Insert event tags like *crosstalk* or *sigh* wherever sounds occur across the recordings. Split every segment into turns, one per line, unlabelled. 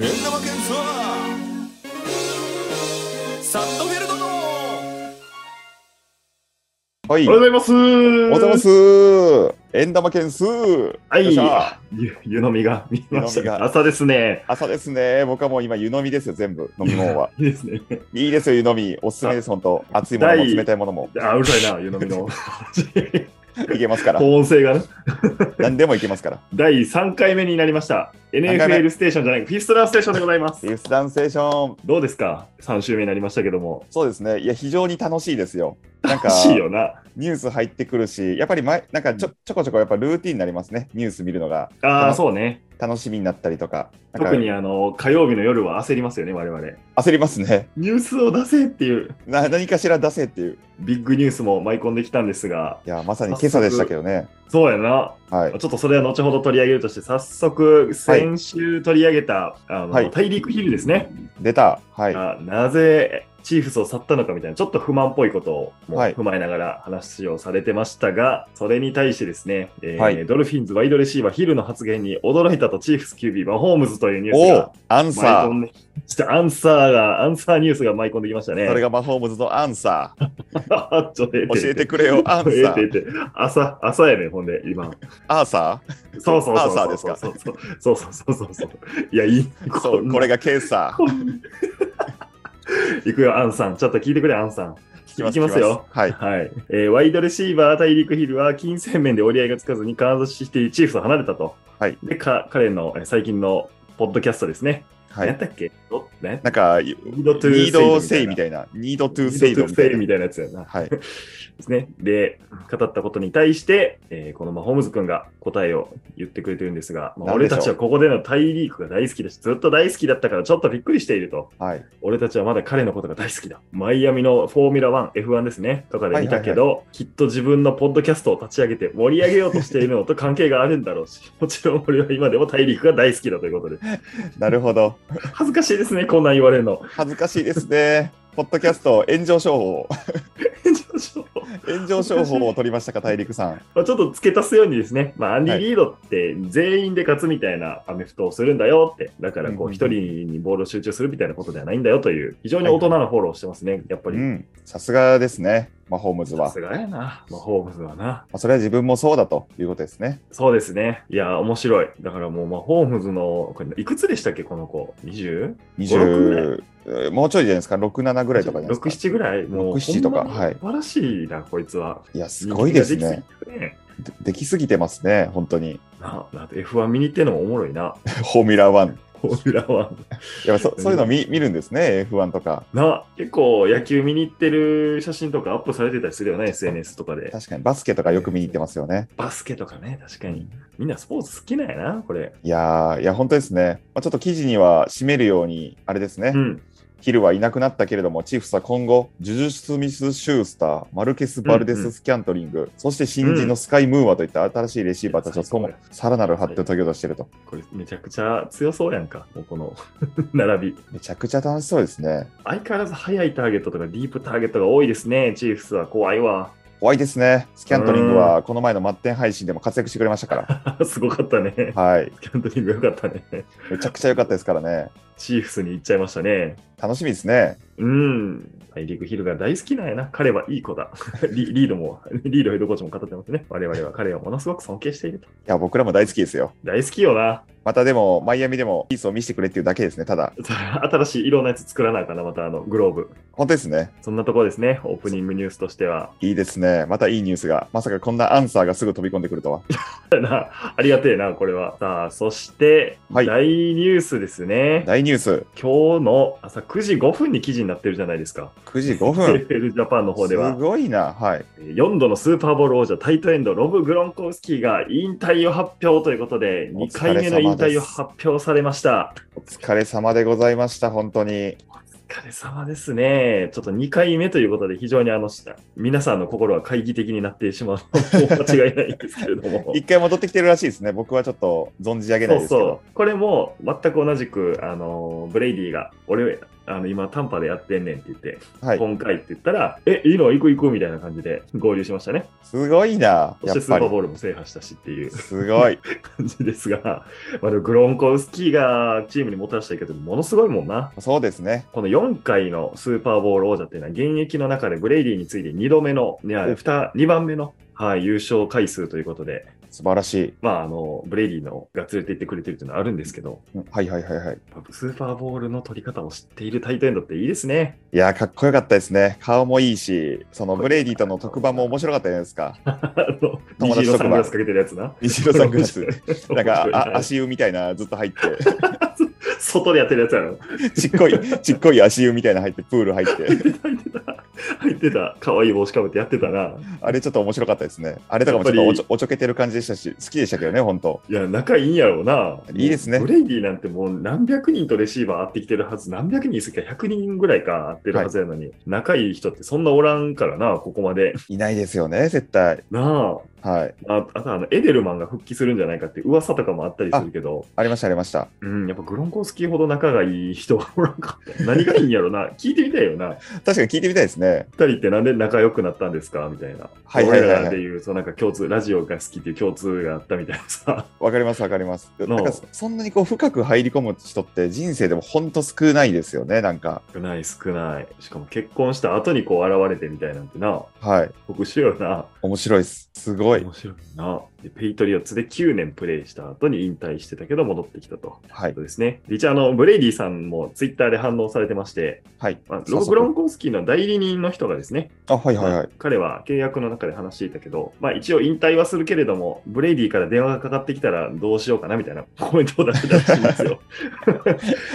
縁玉県ツアーサットフェルトの
はい。
お
おはよ
はようございます。おはよ。
うございますす。円玉件数。は
はい。ゆ、湯飲みが見えまし
湯飲み
た。
が
朝ですね。
朝ですね。僕はもう今湯飲みですよ、全部。飲み
*laughs*
物は。
いいですね。
いいですよ、湯飲み。おすすめです、本当。熱いものも
第
冷たいものも。
あ、うるさいな、湯飲
*laughs*
みの。 *laughs*
いけますから。
高音声がね。
何でもいけますから。
第3回目になりました。
三回目
NFL ステーションじゃない、フィストラーステーションでございます。
リスダンステーション。
どうですか ?3 週目になりましたけども。
そうですね。いや、非常に楽しいですよ。なんか
欲、しいよな。
ニュース入ってくるし、やっぱり前、なんかちょちょこちょこやっぱルーティンになりますね。ニュース見るのが
あ
楽
あ、そうね。
楽しみになったりとか。なんか
特にあの、火曜日の夜は焦りますよね、我々。
焦りますね。 *laughs*
ニュースを出せっていう、
な何かしら出せっていう。
ビッグニュースも舞い込んできたんですが、
いや、まさに今朝でしたけどね。
そうやな。
はい。
ちょっとそれは後ほど取り上げるとして、早速、先週取り上げた、あの
はい
大陸ヒルですね、
出た。はい。
あなぜチーフスを去ったのかみたいな、ちょっと不満っぽいことをもう
はい
踏まえながら話をされてましたが、それに対してですね、えー
はい
ドルフィンズワイドレシーバーヒルの発言に驚いたとチーフス QB マホームズというニュース
お
が
お、アン
舞い
サ
込
ー。
んできました。アンサーが、アンサーニュースが舞い込んできましたね。
それがマホームズのアンサ
*laughs*
ー。
が教え
教えてくれよ、アンサ
えて
ー。
えて朝、朝やねん、ほんで、今。
アーサ
そうそう
ア
そ
ーサー
う
です
そう
か
そうそうそうそうそうそうそういやいい
ー。そう、これ
が
がケーサー。
いくよアンさんちょっと聞いてくれアンさん
聞
いきますよ。
聞はい。
はい、えーワイドレシーバー大陸ヒルは金銭面で折り合いがつかずにカーザスシティチーフスを離れたと、
はい、
でか彼のえー最近のポッドキャストですね、
は
なん
い。
だっけどなんやった
なんか、
ニードト
ニ
ゥー
ードセイみ
い
たいな。ニードト
な
ゥーセイド
ニードトゥー
みたいな。
セイみたいなやつやな
はい。
ですね。で、語ったことに対して、えーこのマホームズ君が答えを言ってくれてるんですが、まあ
なんで
俺
しょう
たちはここでのタイリークが大好きだし、ずっと大好きだったからちょっとびっくりしていると。
はい。
俺たちはまだ彼のことが大好きだ。マイアミのフォーミュラ1、F1 ですね、とかで見たけど、きっと自分のポッドキャストを立ち上げて盛り上げようとしているのと関係があるんだろうし、 *laughs* もちろん俺は今でもタイリークが大好きだということで。
なるほど。
恥ずかしいですね、こんなん言われるの。
恥ずかしいですね。ポッドキャスト炎上商法。
ちょっと
炎上商法を取りましたか、大陸さん。
まあ、ちょっと付け足すようにですね、まあ、アンディ・
はい
リードって全員で勝つみたいなアメフトをするんだよって、だからこ
うんうんう
うん一人にボールを集中するみたいなことではないんだよという、非常に大人のフォローをしてますね、やっぱ
う
り。
ん。さすがですね。マホームズ
さ
は。
すがやな、まあ、ホームズはな。
まあそれは自分もそうだということですね。
そうですね。いや、面白い。だからもう、まあ、ホームズの、これいくつでしたっけ、この子。20?6、
20、えーもうちょいじゃないですか、6、7ぐらいとかじゃないですか。
7ぐらい。もう、
6 7とか
ほんまに
はい
素晴らしいな、こいつは。
いや、すごいですね。
人気ができすぎてね。
でできすぎてますね、本当に。 *laughs*
な、なんて F1 見に行ってんのもおもろいな、
フォーミュラー1。
フォーミュラー1。
やっぱそそういうの見見るんですね、F1 とか。
な、結構野球見に行ってる写真とかアップされてたりするよね、SNS とかで。
確かにバスケとかよく見に行ってますよね。
バスケとかね、確かに。みんなスポーツ好きなんやな、これ。
いやー、いや、本当ですね。まあ、ちょっと記事には締めるように、あれですね、
うん。
ヒルはいなくなったけれども、チーフスは今後、ジュジュ・スミス・シュースター、マルケス・バルデ
うんう
ス・
ん
スキャントリング、そして新人のスカイ・ムーアといった新しいレシーバーたちを今後
最高、
さらなる発展を遂げようとしていると。
これめちゃくちゃ強そうやんか、もうこの *laughs* 並び。
めちゃくちゃ楽しそうですね。
相変わらず速いターゲットとかディープターゲットが多いですね、チーフスは怖いわ。 *laughs*
怖いですね。スキャントリングはこの前のマッテン配信でも活躍してくれましたから。 *laughs*
すごかったね。
はい。
キャントリングよかったね。
めちゃくちゃ良かったですからね。
チーフスに行っちゃいましたね。
楽しみですね。
うん。大陸ヒルが大好きなんやな。彼はいい子だ。 *laughs* リリードも、リードヘッドコーチも語ってますね。我々は彼をものすごく尊敬していると。
いや、僕らも大好きですよ。
大好きよな。
またでも、マイアミでもピースを見せてくれっていうだけですね、ただ。
*laughs* 新しい色のやつ作らなあかんな、またあのグローブ。
本当ですね。
そんなところですね、オープニングニュースとしては。 *laughs*
いいですね。またいいニュースが。まさかこんなアンサーがすぐ飛び込んでくるとは。
なありがてえな、これは。さあ、そして、
はい
大ニュースですね。
大ニュース、
今日の朝9時5分に記事になってるじゃないですか。
9時5分。
NFL ジャパンの方ですは、
ごいな。はい。
4度のスーパーボール王者、タイトエンド、ロブ・グロンコウスキーが引退を発表ということで、
お
2
疲
回
れ様で
目
す
の引退を発表されました。
お疲れ様でございました、本当に。
お疲れ様ですね。ちょっと2回目ということで、非常にあの、皆さんの心は懐疑的になってしまう *laughs* のも間違いないんですけれども。
一回戻ってきてるらしいですね。僕はちょっと存じ上げない
そう
ですけ
そ
ど。
う。これも全く同じく、あの、ブレイディが、俺、あの今、短波でやってんねんって言って、
はい。
今回って言ったら、え、いいの行く行くみたいな感じで合流しましたね。
すごいな、
そし
や
て
っ
ス
ぱ
ーパー
り。
ボールも制覇したしっていう
すごい。 *laughs*
感じですが、まあ、でもグロンコウスキーがチームにもたらしたけど、ものすごいもんな。
そうですね。
この4回のスーパーボール王者っていうのは、現役の中でブレイディに次いで2度目の、いや、
お
2, 2番目の、はい、優勝回数ということで、
素晴らしい。
まあ、あの、ブレイディのが連れて行ってくれてるっていうのはあるんですけど、
うんはいはいはいはい。
やっぱスーパーボールの取り方を知っているタイトエンドっていいですね。
いやー、かっこよかったですね。顔もいいし、そのブレイディとの特番も面白かったじゃないです
*laughs*
か。
あの、
友
虹
達
色
と
サ
か
ングラスかけてるやつな。
西野サングラス。なんか、あ
足、
足湯みたいな、ずっと入って、
*laughs* 外でやってるやつやろ。 *laughs*
ちっこい、ちっこい足湯みたいな入って、プール入って、
入ってた、入ってた、可愛い帽子かぶってやってたな。
あれちょっと面白かったですね。あれとかもちょっとおちょおちょけてる感じでしたし、好きでしたけどね、本当
いや、仲いいんやろうな。
いいですね
ブレイディなんてもう何百人とレシーバー会ってきてるはず、何百人いすぎか100人ぐらいか会ってるはずやのに、仲いい人ってそんなおらんからな、ここ
*laughs*
まで。
いないですよね、絶対。
な
はい。
あ。ああとあの、エデルマンが復帰するんじゃないかって噂とかもあったりするけど、
ありました、ありました。
うん、やっぱグロンコスキーほど仲がいい人はおらんかった。 *laughs* 何がいいんやろな。聞いてみたいよな。
確かに聞いてみたいですね。
二人ってなんで仲良くなったんですかみたいな。
はいはいはいはい
俺らでいう、そうなんか共通、ラジオが好きっていう共通があったみたいなさ。
わかります、わかります。
ん
なんか、そんなにこう、深く入り込む人って、人生でも本当少ないですよね、なんか。
少ない少ない。しかも結婚した後にこう現れてみたいなんてな。
はい。
特殊よな。
面白いです。すごい
面。白いな。で、ペイトリオッツで9年プレイした後に引退してたけど戻ってきたと。
はい
そ。うですね。で一応あの、ブレイディさんもツイッターで反応されてまして、
はい。
まあ、
早
ロ
速
グロンコウスキーの代理人の人がですね、
あ、はいはいはい。
彼は契約の中で話していたけど、まあ、一応引退はするけれども、ブレイディから電話がかかってきたらどうしようかなみたいなコメントを出してたらしいん
*laughs*
ですよ。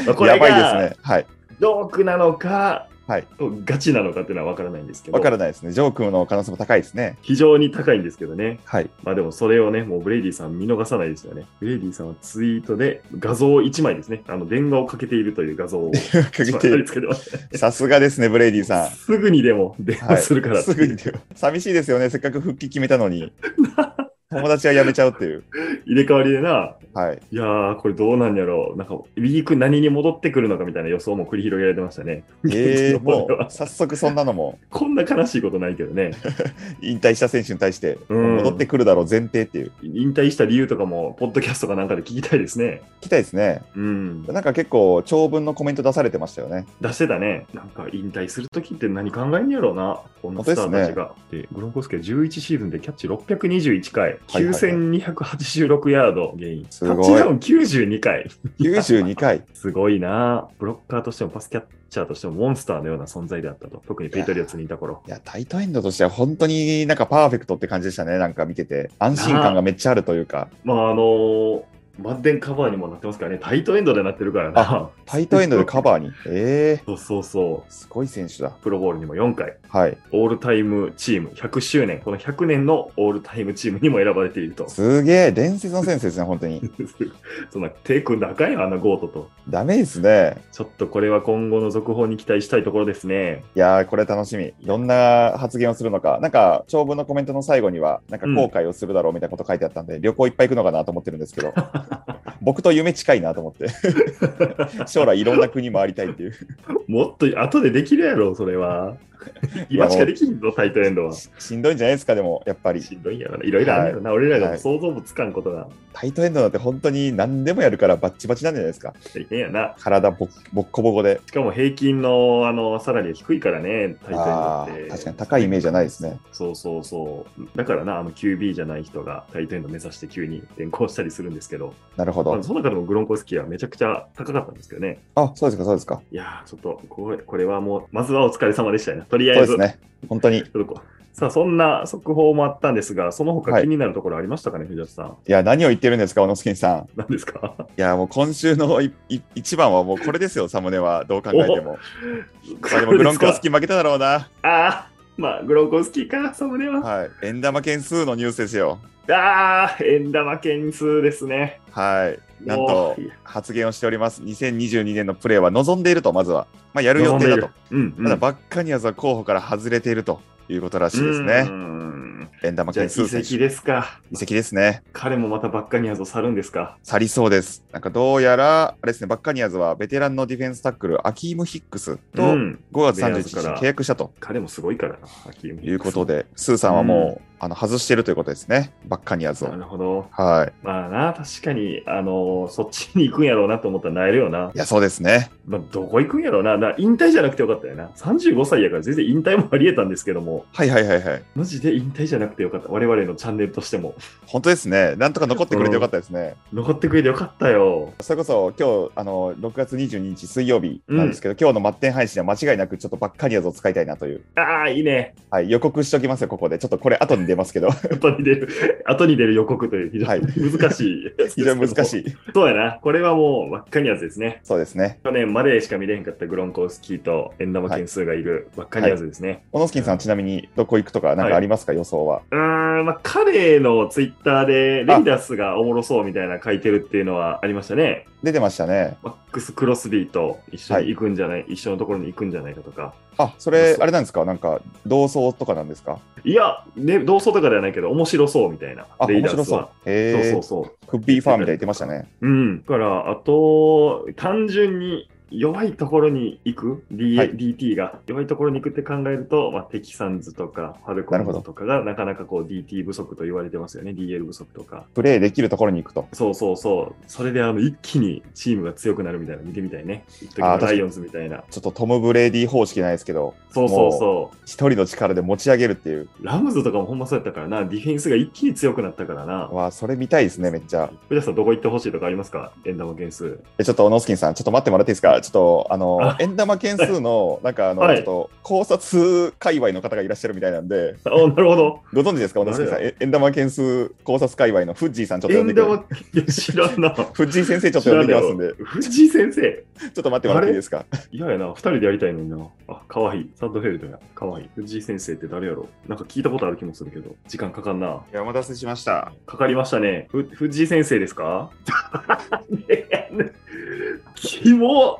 まあこ
や
れ
ばい
が
ですね。はい。
ジョークなのか、
はい
ガチなのかっていうのは分からないんですけど、
わからないですね。ジョー君の可能性も高いですね。
非常に高いんですけどね。
はい。
まあでもそれをね、もうブレイディさん見逃さないですよね。ブレイディさんはツイートで画像1枚ですね。あの、電話をかけているという画像を
かけ
一枚
て
貼り付けてます。
さすがですね、ブレイディさん。
すぐにでも電
は
話
い、
するからって
す
いう、
ぐにでも寂しいですよね、せっかく復帰決めたのに。友達が辞めちゃうっていう。
入れ替わりでな、 *laughs*
はい。
いやー、これどうなんやろう。なんか、ウィーク何に戻ってくるのかみたいな予想も繰り広げられてましたね。
ええ
現地の方
も
では
う早速そんなのも
こんな悲しいことないけどね。
引退した選手に対して
うん
戻ってくるだろう前提っていう。
引退した理由とかも、ポッドキャストかなんかで聞きたいですね。
聞きたいですね。
うん。
なんか結構長文のコメント出されてましたよ
*laughs*
ね。
出してたね。なんか、引退するときって何考えんやろうな。こんなスターたちが。でグロンコスケは11シーズンでキャッチ621回、
はいはい
9286ヤードゲイン。
すごい
タッチダウン92回。
92回。
すごいなブロッカーとしてもパスキャッチャーとしてもモンスターのような存在であったと。特にペイトリオッツにいた頃。
いや、タイトエンドとしては本当になんかパーフェクトって感じでしたね。なんか見てて。安心感がめっちゃあるというか。
まああのーバッデンカバーにもなってますからね、タイトエンドでなってるから
*laughs*
な。
タイトエンドでカバー
*laughs*
に。ええ
そうそうそう。
すごい選手だ。
プロボールにも4回、
はい。
オールタイムチーム100周年、この100年のオールタイムチームにも選ばれていると。
すげえ、伝説の選手ですね、本当に。
*laughs* そんな手組んだらあかんよ、あんなゴートと。
ダメですね。
ちょっとこれは今後の続報に期待したいところですね。
いやー、これ楽しみ。どんな発言をするのか。なんか、長文のコメントの最後には、なんか
うん
後悔をするだろうみたいなこと書いてあったんで、旅行いっぱい行くのかなと思ってるんですけ
*laughs*
ど、僕と夢近いなと思って、将来いろんな国回りたいっていう。
もっと後でできるやろ、それ *laughs* は。今しかできんの、タイトエンドは。
ししんどいんじゃないですか、でも、やっぱり。
しんどいんやろな。いろいろあるやろな。俺らがも想像もつかんことが
タイトエンドなんて本当に何でもやるからバッチバチなんじゃないですか。
大変やな。
体ボッボッコボコで。
しかも平均のあのサラリーは低いからね、大
あ
体って。
ー確かに高いイメージじゃないですね。
そうそうそう。だからな、あの QB じゃない人が大体の目指して急に転校したりするんですけど、
なるほ
まあ
ど。
その中でもグロンコスキーはめちゃくちゃ高かったんですけどね。
あ、そうですか、そうですか。
いやー、ちょっとこれこれはもう、まずはお疲れ様でしたよね。とりあ
そうで
えず。
すね。本当に。い
ちょっとこうさあ、そんな速報もあったんですが、その他
はい
気になるところありましたかね、藤田さん。
や、何を言ってるんですか、小野助さん。
何ですか
いや、もう今週のいい一番はもうこれ
*laughs*
ですよ、サムネは。どう考えても。 *laughs* まあ、でもグロンコスキー負けただろうな。
ああ、まあ、グロンコスキーか、サムネは。
はい。円玉件数のニュースですよ。
ああ、円玉件数ですね。
はい。なん
も
と
う
発言をしております。2022年のプレーは望んでいると、まずは。まあ、やる予定だと。
うん、うん
ただ、バッカニアズは候補から外れているということらしいです
うー
ね。
ん
連玉
じゃあ、
件数
移
選手
籍ですか。
移籍ですね。
彼もまたばっかにやぞ去るんですか。
去りそうです。なんかどうやら、あれですね、バッカニアーズはベテランのディフェンスタックル、アキーム・ヒックスと5
ん、
月
ベアー
31
ズか
日に
ら
契約したと
彼もすごいからな、秋海
いうことで、スーさんはもう、あの外してるということですね、バッカニアーズ
な
を。
るほど。
はい。
まあな、確かに、あのーそっちに行くんやろうなと思ったらなえるよな。
いや、そうですね。
まあ、どこ行くんやろうな。な引退じゃなくてよかったよな。35歳やから全然引退もあり得たんですけども、
はいはいはいはい。
マジで引退じゃなくてよかった。我々のチャンネルとしても。
本当ですね。なんとか残ってくれてよかったですね。
残ってくれてよかったよ。
それこそ今日あの6月22日水曜日なんですけど、今日のマッテン配信は間違いなくちょっとバッカニアーズを使いたいなという、
ああ、いいね。
はい、予告しておきますよ、ここで。ちょっとこれ後に出ます
*laughs*
けど、
後に出る、後に出る予告という非常
はい
に難しい、
非常に難し
い。
い。
そうやな。これはもうばっかりやつですね。
そうですね。
去年までしか見れへんかったグロンコウスキーとエンダマ件数がいるばっかりやつですね。
オノスキンさんはちなみにどこ行くとかなんかありますか、予想は。
うーん、まあ、彼のツイッターで、レイダースがおもろそうみたいな書いてるっていうのはありましたね。
出てましたね。
マックス・クロスビーと一緒に行くんじゃない、一緒のところに行くんじゃないかとか。
あ、そ
そう
れ
そ、う
あれなんですかなんか、同窓とかなんですか
いや、ね、同窓とかではないけど、面白そうみたいな。
あ、
レイ
面
ダー
白
ス
そう
は。。そう
へ
そ
え
う。そう。
クッビーファーみたいに言ってましたね。
うん。だから、あと、単純に弱いところに行く、D
はい
DT が弱いところに行くって考えると、まあ、テキサンズとか、ファルコンズとかがなかなかこう DT 不足と言われてますよね。DL 不足とか。
プレイできるところに行くと。
そうそうそう。それであの一気にチームが強くなるみたいなの見てみたいね。一時の
あー確か
ラ
に
イオンズみたいな。
ちょっとトム・ブレイディ方式じゃないですけど、
そうそうそ
一人の力で持ち上げるっていう。
う。ラムズとかもほんまそうやったからな。ディフェンスが一気に強くなったからな。
わあ、それ見たいですね、めっちゃ。
藤田さん、どこ行ってほしいとかありますかエンダー
*laughs*
件数。
えちょっと、オノスキンさん、ちょっと待ってもらっていいですかちょっと、あの
あ、
円玉件数
*laughs*
の、なんか、あの、
はい
ちょっと、考察界隈の方がいらっしゃるみたいなんで、
あ、なるほど。
ご存知ですか、オノスキンさん。
誰
え円玉件数考察界隈のフッジーさん、ちょっと
エ
呼んで
ン
く
ダ
れ。
ー知らんな。
フッジー先生、ちょっと呼んできますんで、
藤井先生。
ちょっと待ってもらっていいですか。
いややな、二人でやりたいのにな。あ、かわいい。サッドフェルドや。かわいい。藤井先生って誰やろなんか聞いたことある気もするけど。時間かかんな。
いや、お待たせしました。
かかりましたね。ふ藤井先生で
*laughs*
すかねえキモ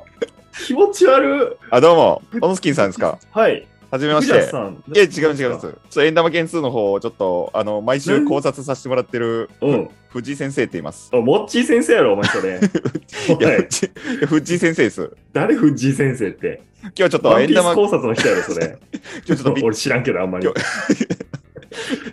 気持ち悪
あ、どうも、オノスキンさんですか。
はい。
はじめまし
藤田
て。
さん。
いや、違う違う違う。ちょっと、円玉件数の方を、ちょっと、あの、毎週
何
考察させてもらってる、
うん。
藤井先生って言います。
あ、モッチー先生やろ、お前
*laughs*
それ。
いや、
お
フッ
い
ジーいやフッジー先生です。
誰藤井先生って。
今日はちょっと、
ワン
円
ピー
玉
ス、考察の人やろ、それ。
今日ちょっとび
俺知らんけど、あんまり
今。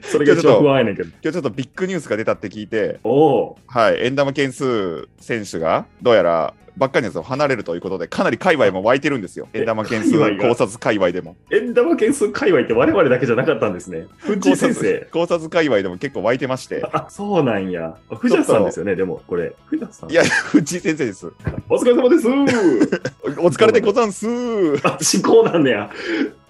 *laughs* それが一番不安やねんけど。
今日ちょっとビッグニュースが出たって聞いて、
おお。
はい、円玉件数選手が、どうやら、ばっかりのやつを離れるということで、かなり界隈も湧いてるんですよ。
え
円玉件数
界隈が
考察界隈でも。
円玉件数界隈って我々だけじゃなかったんですね。藤井先生。
考察界隈でも結構湧いてまして。
あ、そうなんや。あ藤田さんですよね、でも、これ。藤田さん。
いや、藤井先生です。
お疲れ様です。
おお疲れでござんす。
あっちこうなんねや。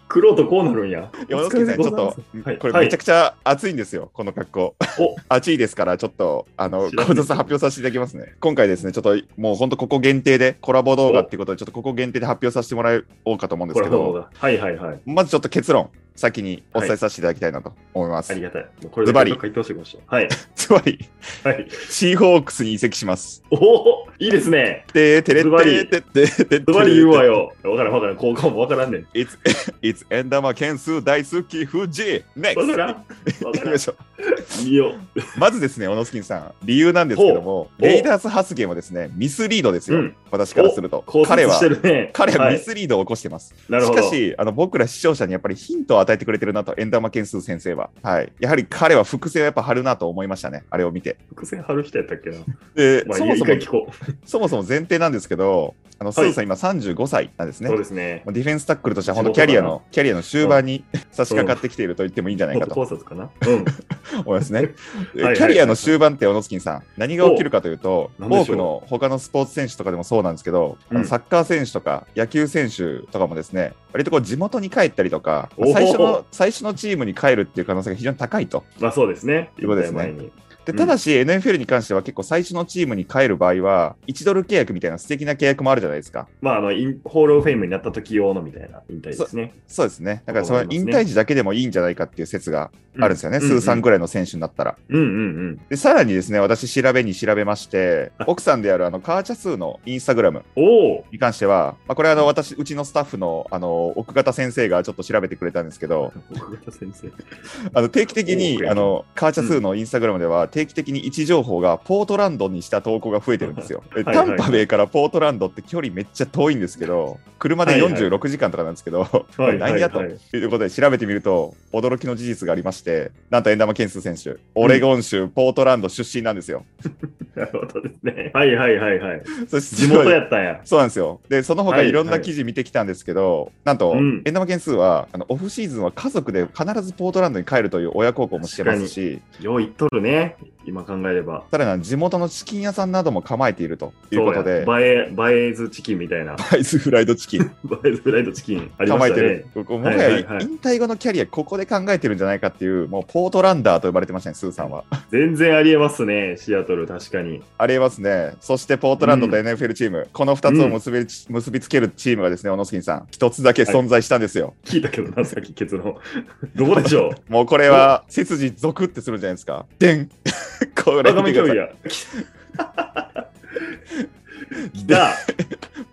苦労とこうなるんや。
山田さん、ちょっと
お疲れ様でございますはい、
これめちゃ
くち
くちゃ暑いんですよ、この格好
お。
暑いですから、ちょっと、あの、
知らん
考察発表させていただきますね。今回ですね、ちょっと、もう本当ここ限定で、コラボ動画っていうことで、ちょっとここ限定で発表させてもらおうかと思うんですけど、
はいはいはい。
まずちょっと結論、先にお伝えさせていただきたいなと思いま
あ
す。
りがたい。これ
ズバリ
書いてほしいかもしれない。はい。
つまり、
はい。
シーホークスに移籍します。
おおいいですね。
で、てれ
ズバリ
ってってってって。
ズバリ言うわよ。わからんわからん。効果もわからんねん。
It's, it's エンダマ件数大好き富士 NEXT!
わからん。わ
行
か
き
ら。
ましょうん
見よう。
まずですね、オノスキンさん、理由なんですけども、
う
レイダース発言はですね、ミスリードですよ、
うん
私からすると
考。察
彼
し
は
て、るね。
彼はミ
い、
スリードを起こしてます。
なる
し
ほ
か
ど。
し、あの僕ら視聴者にやっぱりヒントを与えてくれてるなと、エンダマ件数先生は。はい。やはり彼は複製をやっぱ張るなと思いましたね、あれを見て。
伏線張る人やったっけな。
で、
まあ、
そも
一
そも
回聞こう。
そもそも前提なんですけど、あのスーさん、今35歳なんですね。
そうですね。
ディフェンスタックルとしては本当キャリアのキャリアの終盤に差し掛かってきていると言ってもいいんじゃないかと
考察かな。うん。
思います
*laughs*
ね。キ
はい
ャリアの終盤って小野月さん何が起きるかというと
おなんでしょ
多く
う
の他のスポーツ選手とかでもそうなんですけど、あの
うん
サッカー選手とか野球選手とかもですね割とこう地元に帰ったりとか
おー
最初の最初のチームに帰るっていう可能性が非常に高いと
まあそうですね。
*laughs* いうことですね
引退前に
でただし NFL に関しては結構最初のチームに帰る場合は1ドル契約みたいな素敵な契約もあるじゃないですか
まあ、あの、インホールオブフェイムになった時用のみたいな引退ですね。
そうですねだからそ
わ
の
かりま
引
すね
退時だけでもいいんじゃないかっていう説があるんですよね、
うん
数三ぐらいの選手になったら
うんうんうん。
でさらにですね私調べに調べまして奥さんであるあのカーチャスーのインスタグラム
おお
に関しては、まあ、これはあの私うちのスタッフのあの奥方先生がちょっと調べてくれたんですけど
奥方先生。
あの定期的
お
に
ー
あのカーチャスーのインスタグラムでは定期的に位置情報がポートランドにした投稿が増えてるんですよ。で
はいはい
タンパベイからポートランドって距離めっちゃ遠いんですけど車で
はいはい
46時間とかなんですけど、
はい
何やと、
はいいはいう
ことで調べてみると驚きの事実がありましてなんとエンダマケンス選手オレゴン州ポートランド出身なんですよ。
なるほどですね。はいはいはいはい。
そして
地元やったんや。
そうなんですよ。で、その他
はい
いろんな記事見てきたんですけど、なんと、
うん
エンダマ件数はあのオフシーズンは家族で必ずポートランドに帰るという親孝行もしてますし、
よう言っとるね。今考えれば。
さらには地元のチキン屋さんなども構えているということで、
そうやバエ、バエズチキンみたいな。 *laughs*
バイスフライドチキン
バエズフライドチキンありま
構え
してたね
る。。もは
はい
や
はいはい
引退後のキャリア、ここで考えてるんじゃないかっていう、もうポートランダーと呼ばれてましたね、スーさんは。
全然ありえますね、シアトル、確かに。
*laughs* ありえますね。そしてポートランドと
う
NFL チーム、この2つを結び,、結びつけるチームがですね、小野杉さん、1つだけ存在したんですよ。
聞いたけどな、さっき
*laughs*
結論。どこでしょう
もうこれは背筋ゾクってするんじゃないですか。でんこれ
高
見
め
て
競
くだ
技
さい *laughs*
や。来た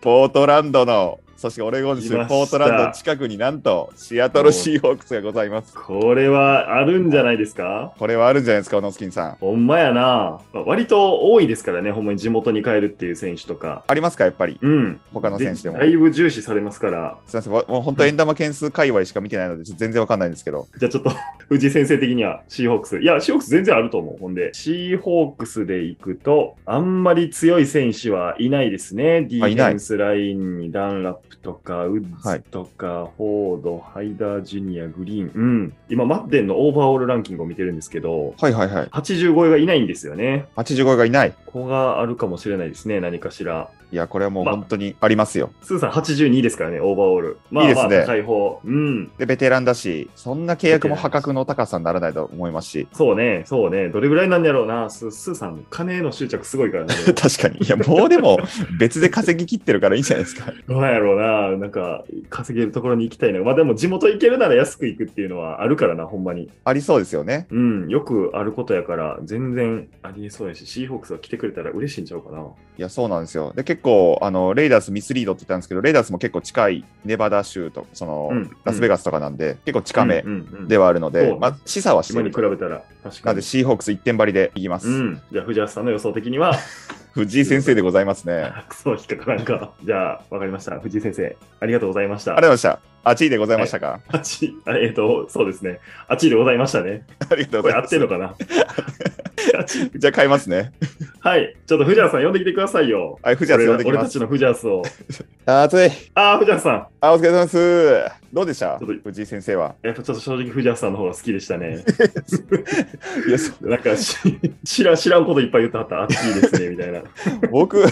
ポートランドの、そしてオレゴン州
来ました
ポートランド近くになんとシアトルシーホークスがございます。
これはあるんじゃないですか
これはあるんじゃないですか、オノスキンさん。
ほんまやな。まあ割と多いですからね、ほんまに地元に帰るっていう選手とか。
ありますか、やっぱり。
うん。
他の選手でも
だいぶ重視されますから。
すみません、わもう本当、エンダマ件数界隈しか見てないので、ちょっと全然わかんないんですけど、
じゃあちょっと、 *laughs* 藤井先生的にはシーホークス。いや、シーホークス全然あると思う。ほんで、シーホークスで行くと、あんまり強い選手はいないですね。ディフ
あいない
ェンスラインにダンラップとか、ウッ
はい
ズとか、フォード、ハイダージュニア、グリーン。うん。今、マッデンのオーバーオールランキングを見てるんですけど、
はいはいはい。
85位がいないんですよね。
85がいない。
ここがあるかもしれないですね、何かしら。
いや、これはもう
まあ
本当にありますよ。
スーさん82ですからね、オーバーオール。ま
いいで
あ
す
ま
ね
あ、高い方。うん。
で、ベテランだし、そんな契約も破格の高さにならないと思いますし、
そうね、そうね。どれぐらいなんやろうな。ススーさん、金への執着すごいからね。
*laughs* 確かに。いや、もうでも、別で稼ぎ切ってるからいいんじゃないですか。
どうやろうな。なんか、稼げるところに行きたいな。まあでも、地元行けるなら安く行くっていうのはあるからな、ほんまに。
ありそうですよね。
うん、よくあることやから、全然ありえそうやし、シーホークスが来てくれたら嬉しいんちゃうかな。
いや、そうなんですよ。で、結構、あの、レイダースミスリードって言ったんですけど、レイダースも結構近いネバダ州と、その、
うん
ラスベガスとかなんで、結構近め
うんうんうん
ではあるの
そう
で、
ね
まあ、示唆はして
今
る
に比
と。
べたら、確
な
か
んで、
に。
シーホークス1点張りでいきます。
うん。じゃあ、藤橋さんの予想的には、
藤井先生でございますね。ありが
クソ引っかから
*laughs*
んか。じゃあ、わかりました。藤井先生、ありがとうございました。
とうございました。あちいでございましたか、
あっち、あえっ、と、そうですね。あっちでございましたね。
ありがとうご
これ
ざ
合
い
っ
ま
て
す。
んのかなあっち
じゃあ買いますね。
はい。ちょっと藤原さん呼んできてくださいよ。
はい、藤谷さん呼んで
俺
き
ら俺
ま
た
す
ち。の藤原さんを。
あ暑い。
ああ、藤原さん。
あ、お疲れ様です。どうでした
ちょっと
藤井先生は。 *laughs*
やっぱちょっと正直藤原さんの方が好きでしたね。
いや、そ
なんかし知らん知らんこといっぱい言ってはった。あっちいいですね、みたいな。
僕、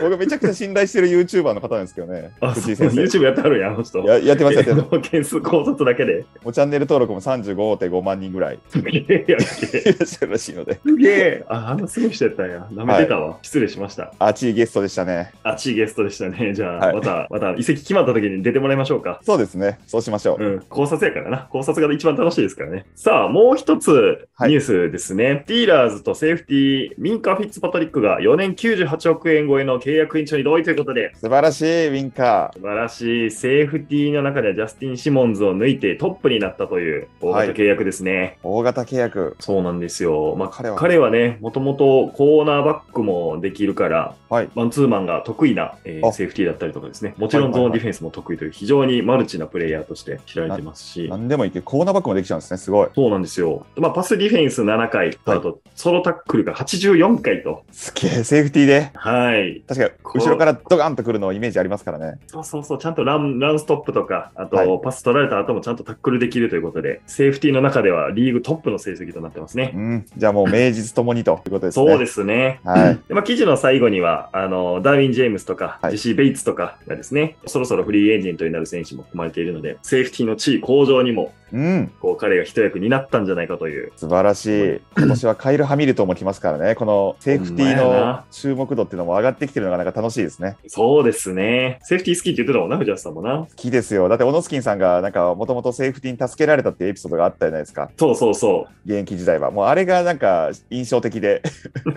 僕めちゃくちゃ信頼してる YouTuber の方なんですけどね。
あ、そう
藤井先生。
YouTube やってはるんやん、あの人。
ややってます、やってます。
の件数考察だけで。
もうチャンネル登録も35.5万人ぐらい
すげえやん
い
け。
らっしゃるらしいので、
すげえ。あ、あんなすごい人やったんや。舐めてたわ。失礼しました。
あっちいゲストでしたね。
あっちいゲストでしたね。じゃあ、
はい
また、また、移籍決まった時に出てもらいましょうか。
そうですね、そうしましょう。
うん、考察やからな。考察が一番楽しいですからね。さあ、もう一つ
はい
ニュースですね。ディーラーズとセーフティー、ミンカ・フィッツパトリックが4年98億円超えの契約延長に同意ということで、
素晴らしい、ウィンカ
素晴らしい、セーフティーの中ではジャスティン・シモンズを抜いてトップになったという大型契約ですね。
ー。大型契約。
そうなんですよ。まあ、
彼
彼
は
はね、もともとコーナーバックもできるから、
はい
マンツーマンが得意な、えー
あ
セーフティーだったりとかですね、もちろ
は
ん
いはい
ゾー
はい
ンディフェンスも得意という、非常にマルチなプレイヤーとして知られてますし、
何でもいけ、コーナーバックもできちゃうんですね、すごい。
そうなんですよ。まあ、パスディフェンス7回、あとソロタックルが84回と。
すげえ、セーフティーで。
はい。
確かに、後ろからドガンとくるのイメージありますからね。
そうそうそう、ちゃんとランランストップとか、あと、
はい
パス取られた後もちゃんとタックルできるということで、セーフティーの中ではリーグトップの成績となってますね。
うん、じゃあもう名実ともにということですね。。
そうですすね。
はい。
でまあ、記事の最後には、あの、ダーウィン・ジェームスとか、
はい
ジェシー・ベイツとかがですね、そろそろフリーエージェントになる選手も含まれているので、セーフティーの地位向上にも
うん、
こう彼が一役になったんじゃないかという。
素晴らしい。今年はカイル・ハミルトンも来ますからね、このセーフティー
ほんまやな
の注目度っていうのも上がってきてるのがなんか楽しいですね。
そうですね。セーフティー好きって言ってたもんな、藤橋さんもな。
好きですよ。だって、オノスキンさんが、なんか、もともとセーフティーに助けられたっていうエピソードがあったじゃないですか。
そうそうそ
現役時代は。もう、あれがなんか、印象的で、 *laughs*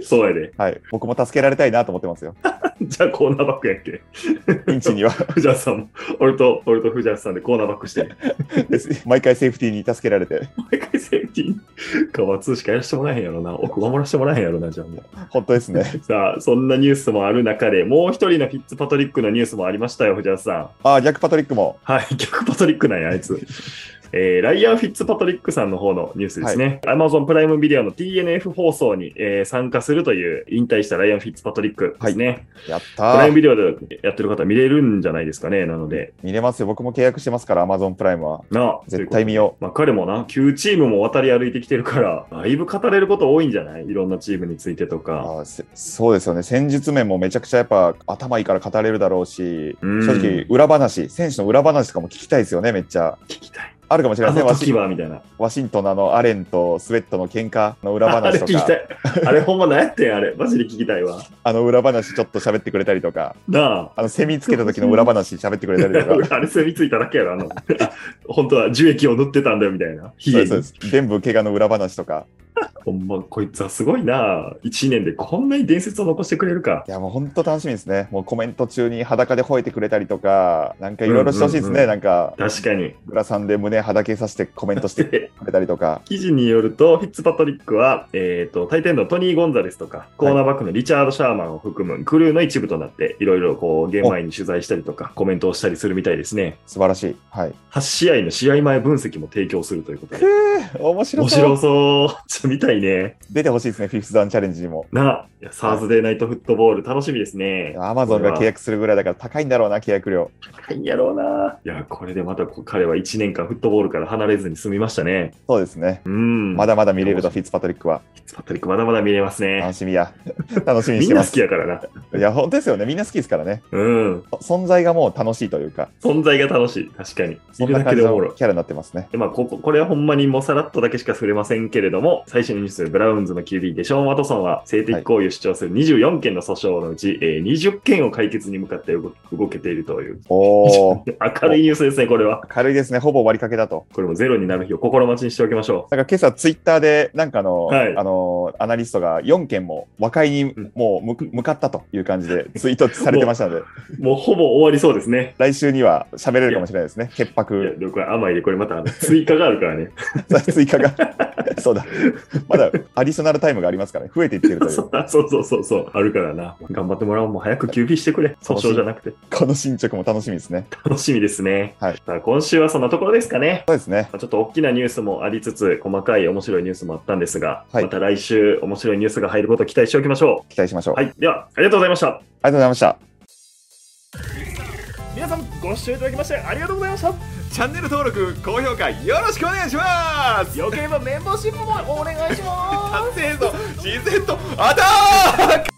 う。そうやで。
はい。僕も助けられたいなと思ってますよ。
*laughs* じゃあコーナーバックやっけ。 *laughs*
ピンチには。
藤橋さんも。俺と、俺と藤橋さんでコーナーバッ
*laughs*
クして。
です毎回セーフティーに助けられて、
毎回セーフティー。か、ま通しかやらしてもらえへんやろな。奥守らしてもらえへんやろな、じゃあもう。
本当ですね。
さあ、そんなニュースもある中で、もう一人のフィッツパトリックのニュースもありましたよ、藤原さん。
ああ、逆パトリックも。
はい、 *laughs* 逆パトリックなんや、あいつ。えーライアン・フィッツパトリックさんの方のニュースですね。Amazon プライムビデオの TNF 放送に、えー参加するという引退したライアン・フィッツパトリックですね。
やっ
プ
た
ライム
ー。
ビデオでやってる方見れるんじゃないですかね、なので。
見れますよ。僕も契約してますから、Amazon プライムは。
なあ、
絶対見よ
まあ、彼もな、旧チームも渡り歩いてきてるから、だいぶ語れること多いんじゃないいろんなチームについてと
う。
か。
あーせそうですよね。戦術面もめちゃくちゃやっぱ頭いいから語れるだろうし、
うん
正直、裏話、選手の裏話とかも聞きたいですよね、めっちゃ。
聞きたい。
あるかもしれ
あ
ません
の
ワ
時
シ
は、みたいな。
ワシントンのあのアレンとスウェットの喧嘩の裏
あれ
話
聞
と
き
か
た、い。あれほんま何やってんあれ。マジで聞きたい
*laughs*
わ。
あの裏話ちょっと喋ってくれたりとか、
なあ。
あのセミつけた時の裏話喋ってくれたりと
*laughs*
か。
あれ、セミついただけやろ。あの、 *laughs* 本当は樹液を塗ってたんだよ、みたいな。ひ
そう
げ
ですそう
に
で。す。全部怪我の裏話とか。
ほんま、こいつはすごいな。一年でこんなに伝説を残してくれるか。
いやもう本当楽しみですね。もうコメント中に裸で吠えてくれたりとか、なんかいろいろしてほしいですね。
うんうんうん
なんか、
確かに。 *laughs*
グラさんで胸はだけさせてコメントしてく
で
れたりとか。
記事によると、フィッツパトリックは、えっ、と、タイタンのトニー・ゴンザレスとか、コーナーバックのリチャード・シャーマンを含むクルーの一部となって、いろいろこう、ゲーム前に取材したりとか、コメントをしたりするみたいですね。
素晴らしい。はい。
8試合の試合前分析も提供するということで。
面白
面
そう。
白そう。ちょっと見たいね。
出てほしいですね、フィフスダウンチャレンジにも。
な、いやサーズデーナイトフットボール楽しみですね。
アマゾンが契約するぐらいだから高いんだろうな、契約料。
高いんやろうな。いや、これでまたこう彼は1年間フットボールから離れずに済みましたね。
そうですね。
うん。
まだまだ見れると、フィッツパトリックは。
フィッツパトリックまだまだ見れます
楽
ね。
しみや。 *laughs* 楽しみに
み
し
ん
てま
な好
す。
きやからな。
いや、本当ですよね。みんな好きですからね。
うん。
存在がもう楽しいというか、
存在が楽しい。確かに。い
そん
る
な
だけ
感
で
じ
おもろい
の。キャラになってますね。
でまあ、こここれはほんまにもうさらっとだけしか触れませんけれども、最新のニュース、ブラウンズの QB でショーン・ワトソンは性的行為を主張する24件の訴訟のうち、えー20件を解決に向かって動動けているという、
お
*laughs*
お
明るいニュースですね、これは。
軽いですね。ほぼ終わりかけだと。
これもゼロになる日を心待ちにしておきましょう。
なんか今朝ツイッターで、なんかあの、
はい
あの、アナリストが4件も和解に
ん
もう向く向かったという感じでツイートされてま
*laughs*
したので、
もうほぼ終わりそうですね。
来週には喋れるかもしれないですね。潔
いや
白、
でもこれ甘いで、こ
*laughs*
れまたあの追加があるからね。
追加が。
*laughs*
そうだ。まだアディショナルタイムがありますからね。増えていってるとい。
そううそうそうそうそう、あるからな。頑張ってもらおう。もう早く休憩してくれ。訴訟じゃなくて。
この進捗も楽しみですね。
楽しみですね。
はい
さあ今週はそんなところですかね。
そうですね。
まあちょっと大きなニュースもありつつ、細かい面白いニュースもあったんですが、
はい
また来週面白いニュースが入ることを期待しておきましょ
期待しましょう。
う。はい。では、ありがとうございました。
ありがとうございました。
皆さん、ご視聴いただきましてありがとうございました。
チャンネル登録、高評価よろしくお願いします
よければメンバーシップもお願いします。
達成ぞ自然とアタック